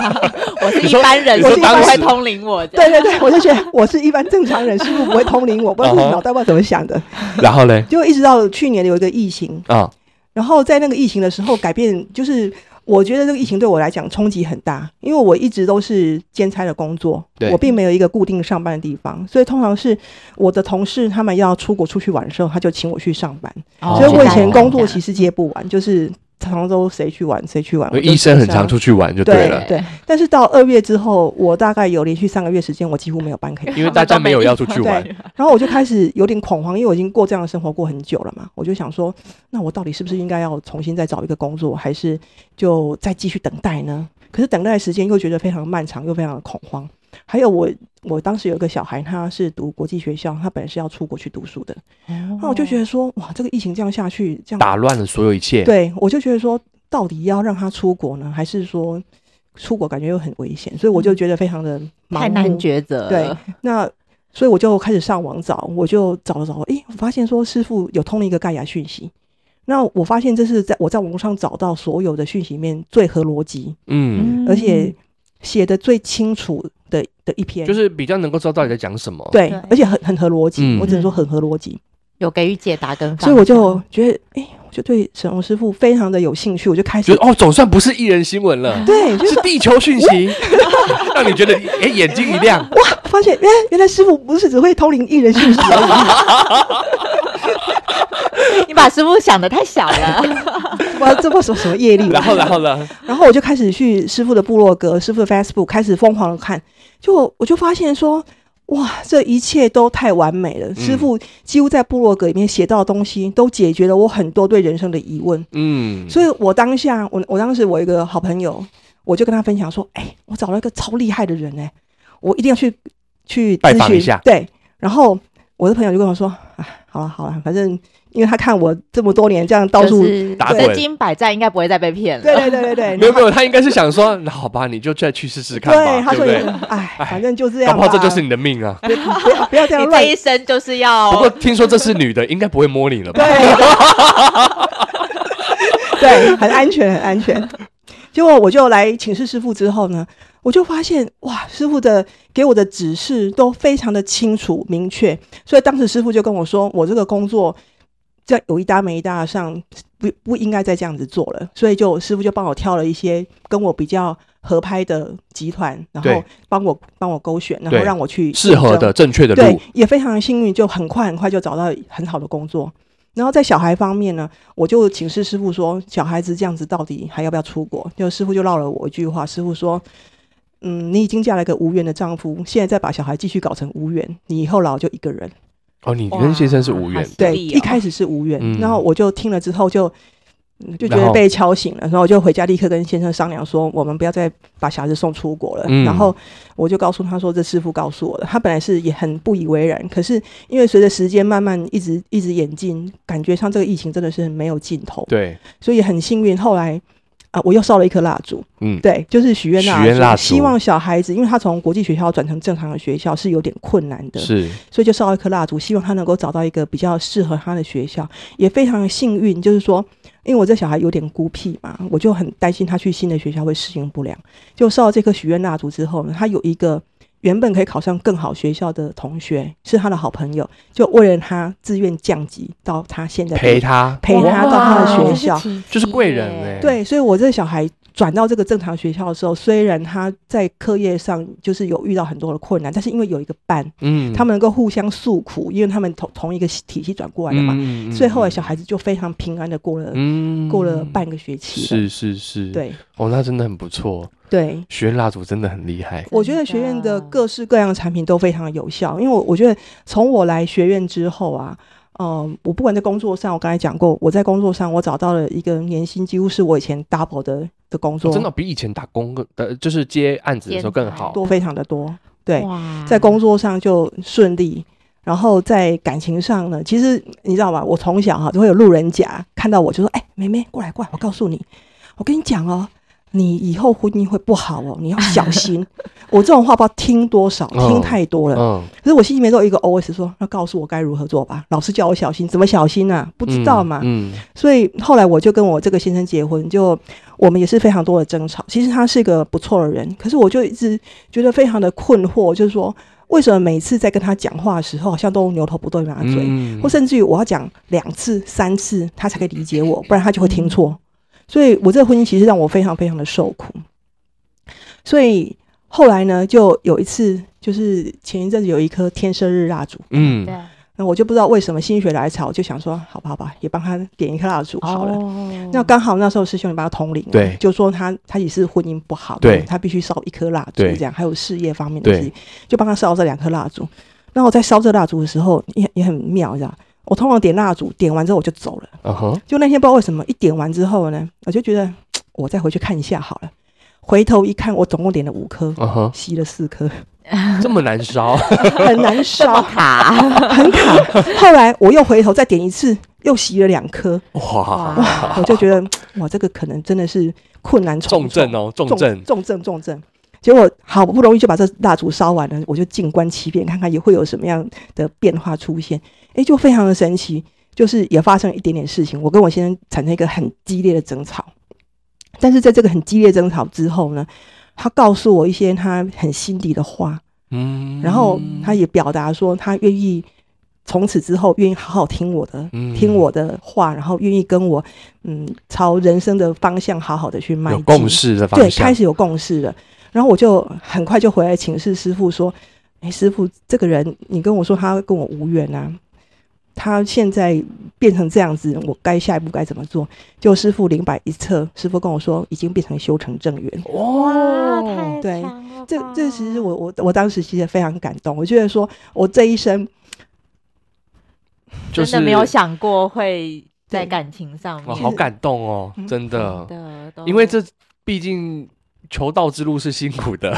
C: 我是
B: 你
C: 一
B: 说
C: 般人，
B: 你
D: 说
C: 所以不
B: 当时
C: 会通灵我的。
D: 对对对，我就觉得我是一般正常人，师傅不会通灵我，不知道
B: 嗯哼
D: 脑袋不知道怎么想的。
B: 然后嘞
D: 结果一直到去年有一个疫情，
B: 啊
D: 然后在那个疫情的时候改变，就是我觉得这个疫情对我来讲冲击很大，因为我一直都是兼差的工作
B: 对，
D: 我并没有一个固定上班的地方，所以通常是我的同事他们要出国出去玩的时候，他就请我去上班，
B: 哦
D: 所以我以前工作
C: 其
D: 其
C: 实
D: 实接不完，就是常常都谁去玩谁去玩，
B: 因为
D: 我就
B: 医生很
D: 是这样
B: 常出去玩就
D: 对
B: 了，
D: 对，但是到二月之后，我大概有连续三个月时间，我几乎没有班可以上。
B: 因为大家没有要出去玩
D: 对，然后我就开始有点恐慌，因为我已经过这样的生活过很久了嘛，我就想说，那我到底是不是应该要重新再找一个工作，还是就再继续等待呢？可是等待的时间又觉得非常漫长，又非常的恐慌。还有我，我当时有一个小孩，他是读国际学校，他本来是要出国去读书的，
C: 哦
D: 那哦我就觉得说，哇，这个疫情这样下去，这样
B: 打乱了所有一切。
D: 对，我就觉得说，到底要让他出国呢，还是说出国感觉又很危险？所以我就觉得非常的
C: 嗯太
D: 盲
C: 难
D: 目
C: 抉择
D: 对
C: 了。，
D: 那所以我就开始上网找，我就找了找，诶，我发现说师傅有通了一个盖亚讯息。那我发现这是在我在网络上找到所有的讯息里面最合逻辑，
B: 嗯，
D: 而且写的最清楚的的一篇，
B: 就是比较能够知道到底在讲什么。
D: 嗯对
C: 对，
D: 而且很很合逻辑，
B: 嗯
D: 我只能说很合逻辑。
C: 有给予解答跟方
D: 所
C: 向，
D: 以我就觉得，诶，我就对沈龙师傅非常的有兴趣，我就开
B: 就
D: 始
B: 是哦，总算不是艺人新闻了，
D: 对，就是
B: 是地球讯息， *laughs* 让你觉得哎眼睛一亮。
D: 发现，哎，原来师傅不是只会通灵艺人讯息而
C: 你把师傅想的太小了。
D: 已， *laughs* 哇，这不什么什么业力。
B: 然后，然后呢？
D: 然后我就开始去师傅的部落格、师傅的 Facebook 开始疯狂的看，就我就发现说，哇，这一切都太完美了。
B: 嗯
D: 师傅几乎在部落格里面写到的东西，都解决了我很多对人生的疑问。
B: 嗯，
D: 所以我当下，我我当时我有一个好朋友，我就跟他分享说，哎、我找到一个超厉害的人哎、我一定要去去
B: 拜
D: 咨
B: 访
D: 询
B: 一下
D: 对，然后我的朋友就跟我说，啊，好了好了，反正因为他看我这么多年这样到处，
C: 就是
B: 打滚
C: 身经百战，应该不会再被骗了。
D: 对对对对对，
B: 没有没有，他应该是想说，那好吧，你就再去试试看
D: 对，
B: 吧，
D: 他
B: 对
D: 说
B: 不
D: 你
B: 对？，
D: 哎，
B: 哎
D: 反正就这
B: 搞
D: 样
B: 不
D: 吧，
B: 好这就是你的命啊！
D: 别不要不要这样
C: 你
D: 乱
C: 这。一生就是要
B: 不过听说这是女的，应该不会摸你了吧？
D: 对， *laughs* 对，很安全，很安全。结果我就来请示师傅之后呢，我就发现哇，师傅的给我的指示都非常的清楚明确，所以当时师傅就跟我说，我这个工作这样有一搭没一搭的上，不不应该再这样子做了，所以就师傅就帮我挑了一些跟我比较合拍的集团，然后
B: 对
D: 帮我帮我勾选，然后
B: 对
D: 让我去
B: 适合
D: 应征
B: 的、正确的
D: 对
B: 路，，
D: 也非常幸运，就很快很快就找到很好的工作。然后在小孩方面呢，我就请示师傅说，小孩子这样子到底还要不要出国？就师傅就绕了我一句话，师傅说：“嗯，你已经嫁了一个无缘的丈夫，现在再把小孩继续搞成无缘，你以后老就一个人。
B: 哦，你跟先生是无缘
C: 哇，
D: 对，
C: 力哦
D: 一开始是无缘，
B: 嗯
D: 然后我就听了之后就。嗯就觉
B: 然
D: 得
B: 后
D: 被敲醒了，然后我就回家立刻跟先生商量说，我们不要再把小孩子送出国了。
B: 嗯
D: 然后我就告诉他说，这师傅告诉我的。他本来是也很不以为然，可是因为随着时间慢慢一直一直演进，感觉上这个疫情真的是没有尽头，
B: 对，
D: 所以很幸运。后来啊、我又烧了一颗蜡烛，
B: 嗯，
D: 对，就是许愿蜡
B: 许愿蜡烛
D: 希望小孩子，因为他从国际学校转成正常的学校是有点困难的，
B: 是，
D: 所以就烧一颗蜡烛，希望他能够找到一个比较适合他的学校。也非常幸运，就是说，因为我这小孩有点孤僻嘛，我就很担心他去新的学校会适应不良。就烧了这颗许愿蜡烛之后呢，他有一个原本可以考上更好学校的同学，是他的好朋友，就为了他自愿降级到他现在的
B: 陪他，
D: 陪他到他
C: 哇
D: 的
C: 这
D: 学
C: 是
D: 校。
C: 奇迹
B: 就是贵人
C: 耶
B: 哎
D: 对，所以我这个小孩转到这个正常学校的时候，虽然他在课业上就是有遇到很多的困难，但是因为有一个伴，
B: 嗯，
D: 他们能够互相诉苦，因为他们同同一个体系转过来的嘛，
B: 嗯
D: 所以后来小孩子就非常平安的过了、
B: 嗯
D: 过了半个学期了。
B: 是是是，，
D: 对
B: 哦，那真的很不错，
D: 对，
B: 许愿蜡烛真的很厉害，
D: 我觉得学院的各式各样的产品都非常有效，因为我我觉得从我来学院之后啊。嗯，我不管在工作上，我刚才讲过，我在工作上我找到了一个年薪几乎是我以前 double 的的工
B: 哦
D: 作，
B: 真的哦比以前打工更呃，就是接案子的时候更好，
D: 多非常的多。对，
C: 哇
D: 在工作上就顺利，然后在感情上呢，其实你知道吧，我从小哈、都会有路人甲看到我就说：“哎、妹妹过来过来，我告诉你，我跟你讲哦，你以后婚姻会不好哦，你要小心。我这种话不知道听多少，
B: 嗯
D: 听太多了。
B: 嗯，
D: 可是我心里面都有一个 OS 说，那告诉我该如何做吧。老师叫我小心，怎么小心啊？不
B: 不
D: 知道嘛。
B: 嗯，
D: 所以后来我就跟我这个先生结婚，就我们也是非常多的争吵。其实他是一个不错的人，可是我就一直觉得非常的困惑，就是说为什么每次在跟他讲话的时候，好像都牛头不对马嘴，
B: 嗯
D: 啊或甚至于我要讲两次、三次，他才可以理解我，不然他就会听错。所以我这个婚姻其实让我非常非常的受苦。所以后来呢，就有一次，就是前一阵子有一颗天生日蜡烛，
B: 嗯
C: 对，
D: 那我就不知道为什么心血来潮，就想说，好吧，好吧，也帮他点一颗蜡烛好了。
C: *laughs* 哦
D: 那刚好那时候师兄也帮他通灵嘛，
B: 对
D: 就说他他也是婚姻不好，
B: 对
D: 他必须烧一颗蜡烛
B: 对
D: 这样，还有事业方面的
B: 对
D: 事情，就帮他烧这两颗蜡烛。那我在烧这蜡烛的时候，也也很妙，你知道，我通常点蜡烛，点完之后我就走了。
B: 嗯哼，
D: 就那天不知道为什么，一点完之后呢，我就觉得我再回去看一下好了。回头一看，我总共点了五颗，
B: 嗯哼，
D: 吸了四颗， *laughs*
B: 这么难烧，
D: 很难烧， *laughs*
C: 卡
D: 很卡。后来我又回头再点一次，又吸了两颗，
B: 哇，
C: 哇，
D: 我就觉得哇，这个可能真的是困难
B: 重
D: 重重
B: 症哦，重
D: 重
B: 症，
D: 重症重症。结果好不容易就把这蜡烛烧完了，我就静观其变，看看也会有什么样的变化出现。诶，就非常的神奇，就是也发生了一点点事情。我跟我先生产生一个很激烈的争吵，但是在这个很激烈争吵之后呢，他告诉我一些他很心底的话，
B: 嗯，
D: 然后他也表达说他愿意从此之后愿意好好听我的，
B: 嗯
D: 听我的话，然后愿意跟我嗯朝人生的方向好好的去迈
B: 有
D: 进。
B: 共识的方
D: 对，
B: 向，
D: 开始有共识了。然后我就很快就回来请示师傅说：“哎，师傅，这个人你跟我说他跟我无缘啊，他现在变成这样子，我该下一步该怎么做？”就师傅灵摆一测，师傅跟我说已经变成修成正缘。
B: 哦，
D: 对，这这其实我我我当时其实非常感动，我觉得说我这
B: *laughs*
D: 一生
B: 就是
C: 真的没有想过会在
D: 对
C: 感情上
B: 哇，
C: 面，
B: 好感动哦，
D: 嗯
B: 真的，
C: 的，都
B: 因为这毕竟求道之路是辛苦的，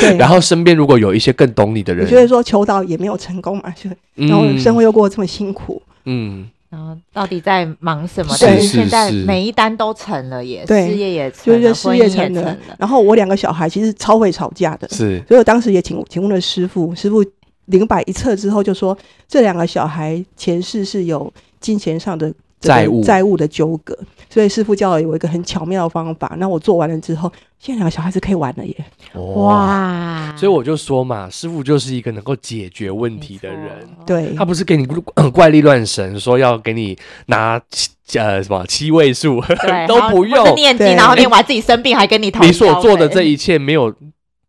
D: 对，
B: 然后身边如果有一些更懂你的
D: 我
B: 人，
D: 觉得说求道也没有成功嘛，就然后生活又过得这么辛苦，
B: 嗯，
C: 然后到底在忙什么？
B: 是
C: 但
B: 是
C: 现在
B: 是
C: 每一单都成了耶，
D: 对
C: 事业也成
D: 就是
C: 了，
D: 事
C: 婚姻
D: 业
C: 也
D: 成
C: 成
D: 了。然后我两个小孩其实超会吵架的
B: 嗯，是
D: 所以我当时也请请问了师傅，师傅灵摆一测之后就说，这两个小孩前世是有金钱上的这个
B: 债务
D: 债务的纠葛，所以师傅教了我一个很巧妙的方法。那我做完了之后，现在两个小孩子可以玩了耶。
B: 哇。
C: 哇，
B: 所以我就说嘛，师傅就是一个能够解决问题的人
C: 没，错，
D: 对
B: 他，不是给你怪力乱神，说要给你拿七呃什么七位数 *laughs*
C: 对
B: 都
C: 然后
B: 不
C: 或是
B: 用，
C: 念
D: 对
C: 经，然后念完自己生病还跟你
B: *laughs*
C: 讨哎
B: 你所做的
C: 消费
B: 这一切没有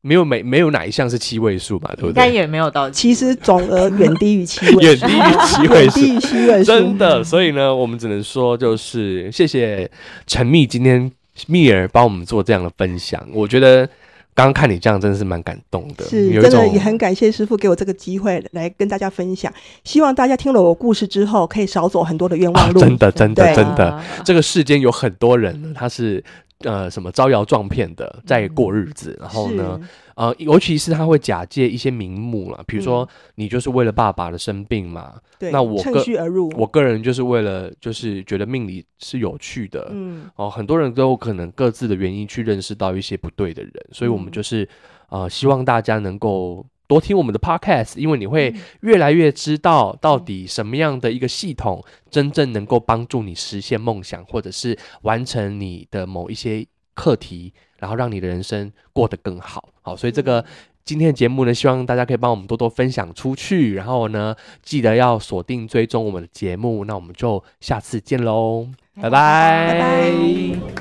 B: 没有每没有哪一项是七位数嘛，对不
C: 应该
B: 对？
C: 也没有到
D: 其实总额远低于七位
B: *laughs* 远
D: 数，
B: 低于七位
D: 远
B: 数，
D: 低于七位数，
B: 真的，所以呢，我们只能说就是谢谢陈密今天蜜儿帮我们做这样的分享，我觉得刚刚看你这样真的是蛮感动的，
D: 是
B: 有一
D: 真的
B: 种
D: 也很感谢师傅给我这个机会来跟大家分享，希望大家听了我故事之后，可以少走很多的冤
B: 啊
D: 枉路。
B: 真的真的
D: 对
B: 真
C: 啊
B: 的，，这个世间有很多人呢，他是。呃，什么招摇撞骗的在过日子，
D: 嗯
B: 然后呢，呃，尤其是他会假借一些名目啦，比如
D: 嗯
B: 说你就是为了爸爸的生病嘛，
D: 是？对，
B: 那我
D: 趁
B: 个
D: 虚而入。
B: 我个人就是为了就是觉得命理是有趣的，
D: 嗯，
B: 哦，很多人都有可能各自的原因去认识到一些不对的人，所以我们
D: 嗯
B: 就是、呃，希望大家能够多听我们的 podcast，因为你会越来越知道到底什么样的一个系统真正能够帮助你实现梦想，或者是完成你的某一些课题，然后让你的人生过得更好。好，所以这个。今天的节目呢，希望大家可以帮我们多多分享出去，然后呢，记得要锁定追踪我们的节目。那我们就下次见喽，拜拜
D: 拜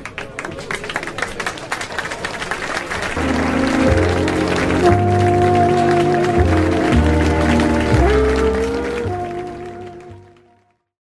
D: 拜